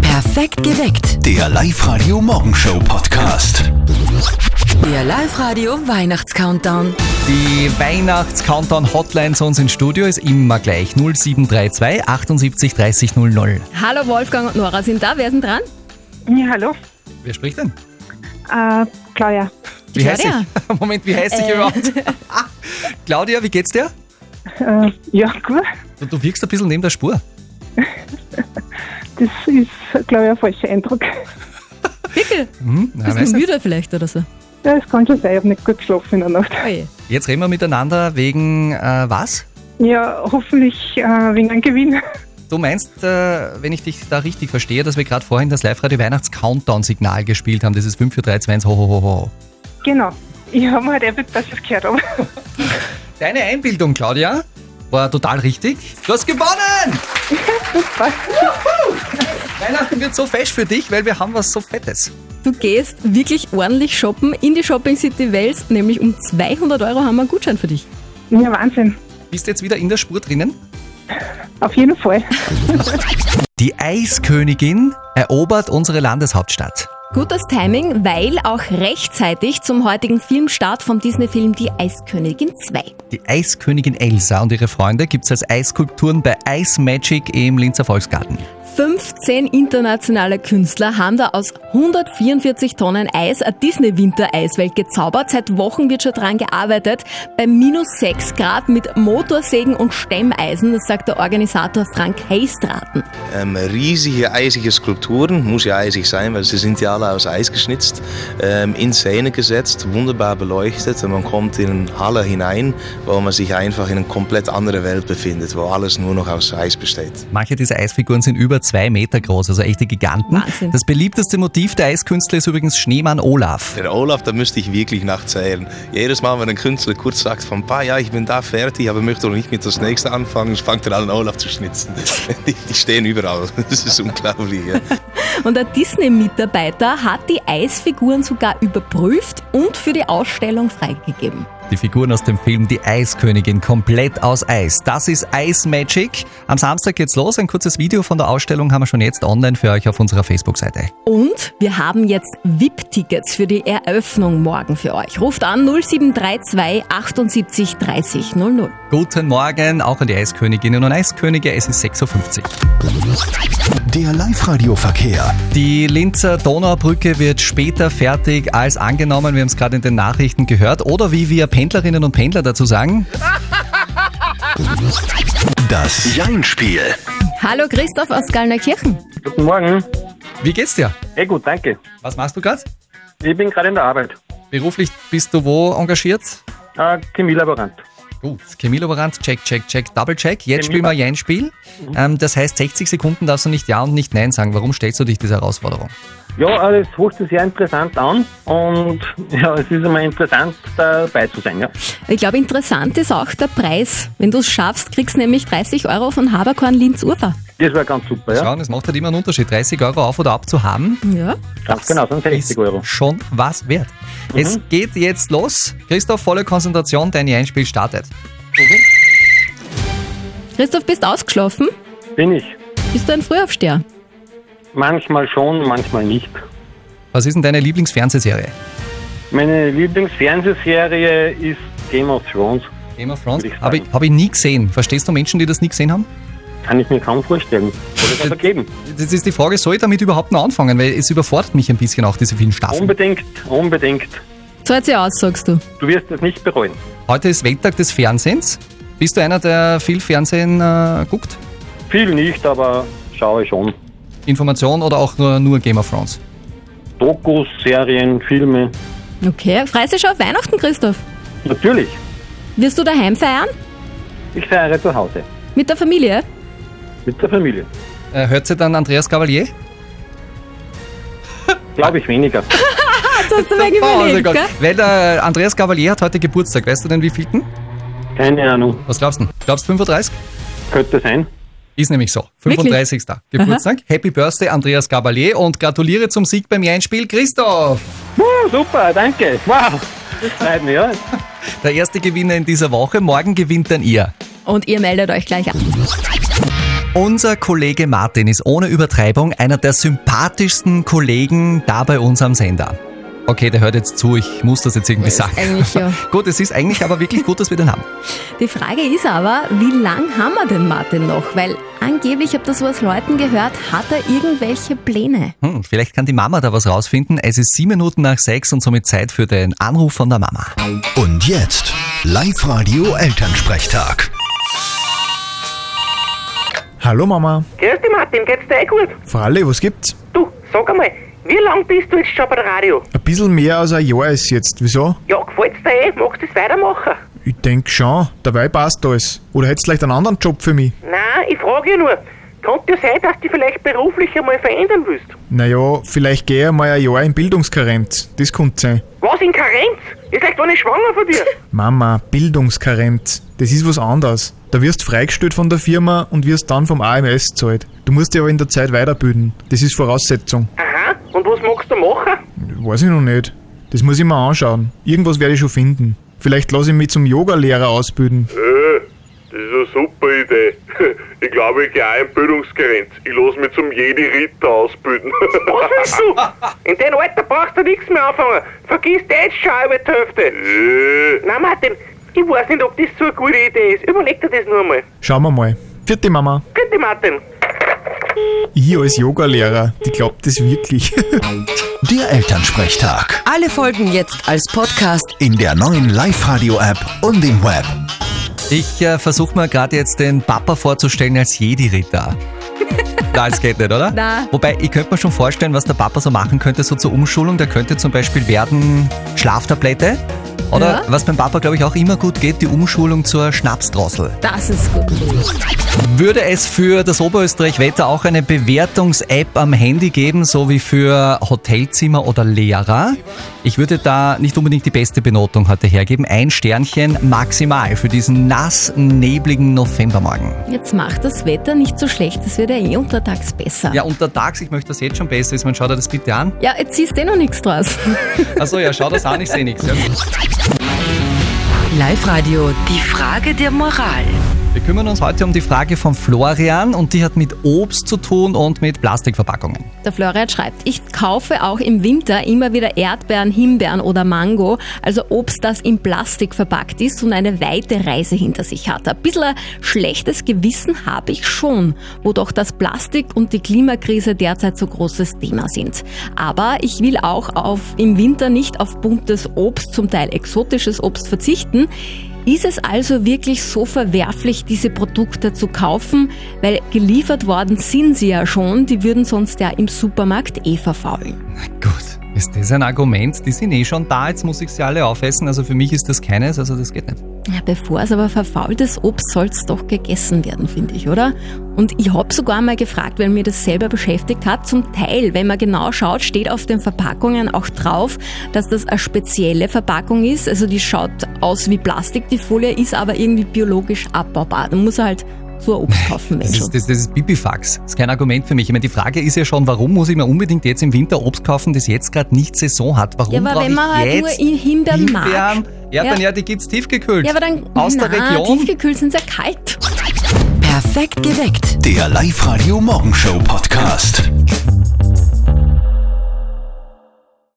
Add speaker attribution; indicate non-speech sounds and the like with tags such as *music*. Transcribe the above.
Speaker 1: Perfekt geweckt.
Speaker 2: Der Live-Radio Morgenshow Podcast.
Speaker 1: Der Live-Radio Weihnachts-Countdown.
Speaker 3: Die Weihnachts-Countdown-Hotline zu uns ins Studio ist immer gleich 0732 78 30 00.
Speaker 4: Hallo Wolfgang und Nora sind da, wer ist denn dran?
Speaker 5: Ja, hallo.
Speaker 3: Wer spricht denn?
Speaker 5: Äh, Claudia.
Speaker 3: Wie heißt
Speaker 4: Claudia.
Speaker 3: ich? *laughs* Moment, wie heißt ich
Speaker 4: Äh.
Speaker 3: überhaupt? *laughs* Claudia, wie geht's dir?
Speaker 5: Äh, ja, gut.
Speaker 3: Du, du wirkst ein bisschen neben der Spur.
Speaker 5: Das ist, glaube ich, ein falscher Eindruck.
Speaker 4: Wickel,
Speaker 3: Na,
Speaker 4: bist
Speaker 3: weiß
Speaker 4: du
Speaker 3: nicht.
Speaker 4: müde vielleicht oder so?
Speaker 5: Ja, es kann schon sein, ich habe nicht gut geschlafen in der Nacht.
Speaker 4: Oje.
Speaker 3: Jetzt reden wir miteinander wegen äh, was?
Speaker 5: Ja, hoffentlich äh, wegen einem Gewinn. *laughs*
Speaker 3: Du meinst, äh, wenn ich dich da richtig verstehe, dass wir gerade vorhin das Live-Radio-Weihnachts-Countdown-Signal gespielt haben, dieses 5 für 3, 2, 1, ho, ho, ho, ho.
Speaker 5: Genau. Ich habe mir halt einfach, dass ich es gehört habe.
Speaker 3: Deine Einbildung, Claudia, war total richtig. Du hast gewonnen! Juhu! Weihnachten wird so fesch für dich, weil wir haben was so Fettes.
Speaker 4: Du gehst wirklich ordentlich shoppen in die Shopping City Wales, nämlich um 200 Euro haben wir einen Gutschein für dich.
Speaker 5: Ja, Wahnsinn.
Speaker 3: Bist jetzt wieder in der Spur drinnen?
Speaker 5: Auf jeden Fall.
Speaker 3: Die Eiskönigin erobert unsere Landeshauptstadt.
Speaker 4: Gutes Timing, weil auch rechtzeitig zum heutigen Filmstart vom Disney-Film Die Eiskönigin 2.
Speaker 3: Die Eiskönigin Elsa und ihre Freunde gibt's als Eisskulpturen bei Ice Magic im Linzer Volksgarten.
Speaker 4: 15 internationale Künstler haben da aus 144 Tonnen Eis eine Disney-Winter-Eiswelt gezaubert. Seit Wochen wird schon dran gearbeitet. Bei minus 6 Grad mit Motorsägen und Stemmeisen, das sagt der Organisator Frank Heistraten.
Speaker 6: Ähm, riesige eisige Skulpturen, muss ja eisig sein, weil sie sind ja alle aus Eis geschnitzt, ähm, in Szene gesetzt, wunderbar beleuchtet und man kommt in eine Halle hinein, wo man sich einfach in eine komplett andere Welt befindet, wo alles nur noch aus Eis besteht.
Speaker 3: Manche dieser Eisfiguren sind über zwei Meter groß, also echte Giganten.
Speaker 4: Wahnsinn.
Speaker 3: Das beliebteste Motiv der Eiskünstler ist übrigens Schneemann Olaf.
Speaker 6: Der Olaf, da müsste ich wirklich nachzählen. Jedes Mal, wenn ein Künstler kurz sagt von, "Pa, ja, ich bin da fertig, aber möchte doch nicht mit das nächste anfangen, fängt er an, Olaf zu schnitzen. *laughs* Die, die stehen überall. Das ist unglaublich. Ja.
Speaker 4: Und der Disney-Mitarbeiter hat die Eisfiguren sogar überprüft und für die Ausstellung freigegeben.
Speaker 3: Die Figuren aus dem Film Die Eiskönigin, komplett aus Eis. Das ist Ice Magic. Am Samstag geht's los. Ein kurzes Video von der Ausstellung haben wir schon jetzt online für euch auf unserer Facebook-Seite.
Speaker 4: Und wir haben jetzt VIP-Tickets für die Eröffnung morgen für euch. Ruft an 0732 78 30 00.
Speaker 3: Guten Morgen auch an die Eisköniginnen und Eiskönige. Es ist 6.50 Uhr.
Speaker 2: Der Live-Radio Verkehr.
Speaker 3: Die Linzer Donaubrücke wird später fertig als angenommen. Wir haben es gerade in den Nachrichten gehört. Oder wie wir Pendlerinnen und Pendler dazu sagen.
Speaker 2: Das Jein-Spiel.
Speaker 4: Hallo Christoph aus Gallnerkirchen.
Speaker 7: Guten Morgen.
Speaker 3: Wie geht's dir?
Speaker 7: Eh gut, danke.
Speaker 3: Was machst du gerade?
Speaker 7: Ich bin gerade in der Arbeit.
Speaker 3: Beruflich bist du wo engagiert?
Speaker 7: Äh, Chemielaborant.
Speaker 3: Gut. Chemielaborant, check, check, check, double check. Jetzt spielen wir ein Spiel.
Speaker 7: Mhm.
Speaker 3: Ähm, das heißt, 60 Sekunden darfst du nicht Ja und nicht Nein sagen. Warum stellst du dich dieser Herausforderung?
Speaker 7: Ja, äh, das hört sich sehr interessant an und *laughs* ja, es ist immer interessant, dabei zu sein. Ja.
Speaker 4: Ich glaube, interessant ist auch der Preis. Wenn du es schaffst, kriegst nämlich 30 Euro von Haberkorn Linz Urfa.
Speaker 7: Das war ganz super, ja.
Speaker 3: Schauen, es macht halt immer einen Unterschied. 30 Euro auf oder ab zu haben,
Speaker 4: Ja.
Speaker 7: Ganz genau, sind 60 Euro. Mhm.
Speaker 3: ist schon was wert. Es geht jetzt los. Christoph, volle Konzentration, dein Einspiel startet.
Speaker 4: Christoph, bist ausgeschlafen?
Speaker 7: Bin ich.
Speaker 4: Bist du ein Frühaufsteher?
Speaker 7: Manchmal schon, manchmal nicht.
Speaker 3: Was ist denn deine Lieblingsfernsehserie?
Speaker 7: Meine Lieblingsfernsehserie ist Game of Thrones.
Speaker 3: Game of Thrones?
Speaker 7: Würde ich
Speaker 3: Habe ich,
Speaker 7: sagen.
Speaker 3: hab ich nie gesehen. Verstehst du Menschen, die das nie gesehen haben?
Speaker 7: Kann ich mir kaum vorstellen. Oder das vergeben.
Speaker 3: Das ist die Frage, soll ich damit überhaupt noch anfangen? Weil es überfordert mich ein bisschen auch, diese vielen Staffeln.
Speaker 7: Unbedingt, unbedingt.
Speaker 4: So hört sie aus, sagst du.
Speaker 7: Du wirst es nicht bereuen.
Speaker 3: Heute ist Welttag des Fernsehens. Bist du einer, der viel Fernsehen äh, guckt?
Speaker 7: Viel nicht, aber schaue schon.
Speaker 3: Information oder auch nur, nur Game of Thrones?
Speaker 7: Dokus, Serien, Filme.
Speaker 4: Okay, freust du dich schon auf Weihnachten, Christoph?
Speaker 7: Natürlich.
Speaker 4: Wirst du daheim feiern?
Speaker 7: Ich feiere zu Hause.
Speaker 4: Mit der Familie?
Speaker 7: Mit der Familie.
Speaker 3: Äh, hört sie dann Andreas Cavalier?
Speaker 7: Glaube ich weniger.
Speaker 4: Das hast du mir überlegt,
Speaker 3: Gott.
Speaker 4: gell?
Speaker 3: Oh, Weil der Andreas Cavalier hat heute Geburtstag. Weißt du denn, wie vielten?
Speaker 7: Keine Ahnung.
Speaker 3: Was glaubst du? Glaubst du 35?
Speaker 7: Könnte sein.
Speaker 3: Ist nämlich so.
Speaker 4: Wirklich?
Speaker 3: 35. Geburtstag. Happy Birthday, Andreas Cavalier. Und gratuliere zum Sieg beim Jeinspiel, Christoph.
Speaker 7: Puh, super, danke. Wow. Das freut mich, ja.
Speaker 3: Der erste Gewinner in dieser Woche. Morgen gewinnt dann ihr.
Speaker 4: Und ihr meldet euch gleich an.
Speaker 3: Unser Kollege Martin ist ohne Übertreibung einer der sympathischsten Kollegen da bei uns am Sender. Okay, der hört jetzt zu, ich muss das jetzt irgendwie sagen.
Speaker 4: eigentlich ja.
Speaker 3: *laughs* Gut, es ist eigentlich aber wirklich gut, dass wir den haben.
Speaker 4: Die Frage ist aber, wie lang haben wir denn Martin noch? Weil angeblich, ich habe das was Leuten gehört, hat er irgendwelche Pläne.
Speaker 3: Hm, vielleicht kann die Mama da was rausfinden. Es ist sieben Minuten nach sechs und somit Zeit für den Anruf von der Mama.
Speaker 2: Und jetzt Live-Radio Elternsprechtag.
Speaker 8: Hallo Mama.
Speaker 9: Grüß dich, Martin, geht's dir eh gut?
Speaker 8: Fralli, was gibt's?
Speaker 9: Du, sag einmal, wie lang bist du jetzt schon bei der Radio?
Speaker 8: Ein bisschen mehr als ein Jahr ist jetzt. Wieso?
Speaker 9: Ja, gefällt's dir eh? Magst du es weitermachen?
Speaker 8: Ich denk schon, dabei passt alles. Oder hättest vielleicht einen anderen Job für mich?
Speaker 9: Nein, ich frage ja nur, könnte ja sein, dass du dich vielleicht beruflich einmal verändern willst.
Speaker 8: Naja, vielleicht gehe ich mal ein Jahr in Bildungskarenz. Das könnte sein.
Speaker 9: Was, in Karenz? Ist leicht doch nicht schwanger von dir?
Speaker 8: Mama, Bildungskarenz. Das ist was anderes. Da wirst freigestellt von der Firma und wirst dann vom AMS zahlt. Du musst dich aber in der Zeit weiterbilden. Das ist Voraussetzung.
Speaker 9: Aha, und was magst du machen?
Speaker 8: Weiß ich noch nicht. Das muss ich mir anschauen. Irgendwas werde ich schon finden. Vielleicht lasse ich mich zum Yogalehrer ausbilden.
Speaker 10: Äh, Das ist eine super Idee. *laughs* Ich glaube, ich gehe auch in Bildungsgrenz. Ich lasse mich zum Jedi-Ritter ausbilden.
Speaker 9: Was
Speaker 10: *laughs*
Speaker 9: willst du? In dem Alter brauchst du nichts mehr anfangen. Vergiss dir jetzt schon über die Hälfte.
Speaker 10: Äh,
Speaker 9: Nein, Martin, ich weiß nicht, ob das so eine gute Idee ist. Überleg dir das nur mal.
Speaker 8: Schauen wir mal. Vierte Mama.
Speaker 9: Bitte, Martin.
Speaker 8: Ich als Yogalehrer, die glaubt das wirklich.
Speaker 2: Der Elternsprechtag.
Speaker 1: Alle Folgen jetzt als Podcast.
Speaker 2: In der neuen Live-Radio-App und im Web.
Speaker 3: Ich äh, versuche mir gerade jetzt den Papa vorzustellen als Jedi-Ritter. Nein, es geht nicht, oder?
Speaker 4: Nein.
Speaker 3: Wobei, ich könnte mir schon vorstellen, was der Papa so machen könnte, so zur Umschulung. Der könnte zum Beispiel werden Schlaftablette. Oder
Speaker 4: Ja.
Speaker 3: was beim Papa, glaube ich, auch immer gut geht, die Umschulung zur Schnapsdrossel.
Speaker 4: Das ist gut.
Speaker 3: Würde es für das Oberösterreich-Wetter auch eine Bewertungs-App am Handy geben, so wie für Hotelzimmer oder Lehrer? Ich würde da nicht unbedingt die beste Benotung heute hergeben. Ein Sternchen maximal für diesen nass, nebligen Novembermorgen.
Speaker 4: Jetzt macht das Wetter nicht so schlecht, es wird ja eh untertags besser.
Speaker 3: Ja, untertags, ich möchte das jetzt schon besser ist. Man schaut dir das bitte an.
Speaker 4: Ja, jetzt siehst du eh noch nichts draus. *laughs*
Speaker 3: Achso, ja, schau das an, ich sehe nichts. Ja.
Speaker 1: Live-Radio. Die Frage der Moral.
Speaker 3: Wir kümmern uns heute um die Frage von Florian und die hat mit Obst zu tun und mit Plastikverpackungen.
Speaker 4: Der Florian schreibt, ich kaufe auch im Winter immer wieder Erdbeeren, Himbeeren oder Mango, also Obst, das in Plastik verpackt ist und eine weite Reise hinter sich hat. Ein bisschen ein schlechtes Gewissen habe ich schon, wo doch das Plastik und die Klimakrise derzeit so großes Thema sind. Aber ich will auch auf, im Winter nicht auf buntes Obst, zum Teil exotisches Obst verzichten. Ist es also wirklich so verwerflich, diese Produkte zu kaufen? Weil geliefert worden sind sie ja schon, die würden sonst ja im Supermarkt eh verfaulen.
Speaker 3: Gut. Ist das ein Argument? Die sind eh schon da, jetzt muss ich sie alle aufessen. Also für mich ist das keines, also das geht nicht.
Speaker 4: Ja, bevor es aber verfaultes Obst soll's doch gegessen werden, finde ich, oder? Und ich habe sogar mal gefragt, weil mir das selber beschäftigt hat. Zum Teil, wenn man genau schaut, steht auf den Verpackungen auch drauf, dass das eine spezielle Verpackung ist. Also die schaut aus wie Plastik, die Folie ist aber irgendwie biologisch abbaubar. Dann muss er halt so ein Obst kaufen, wenn
Speaker 3: Das
Speaker 4: schon.
Speaker 3: ist, das, das ist Pipifax. Das ist kein Argument für mich. Ich meine, die Frage ist ja schon, warum muss ich mir unbedingt jetzt im Winter Obst kaufen, das jetzt gerade nicht Saison hat? Warum
Speaker 4: Ja, aber
Speaker 3: brauche
Speaker 4: wenn
Speaker 3: ich
Speaker 4: man halt nur
Speaker 3: jetzt
Speaker 4: in Himbeeren mag.
Speaker 3: Ja,
Speaker 4: Ja.
Speaker 3: dann ja, die gibt's tiefgekühlt.
Speaker 4: Ja, aber dann
Speaker 3: Aus der
Speaker 4: na,
Speaker 3: Region.
Speaker 4: Tiefgekühlt sind sehr kalt.
Speaker 1: Perfekt geweckt.
Speaker 2: Der Live-Radio Morgenshow Podcast.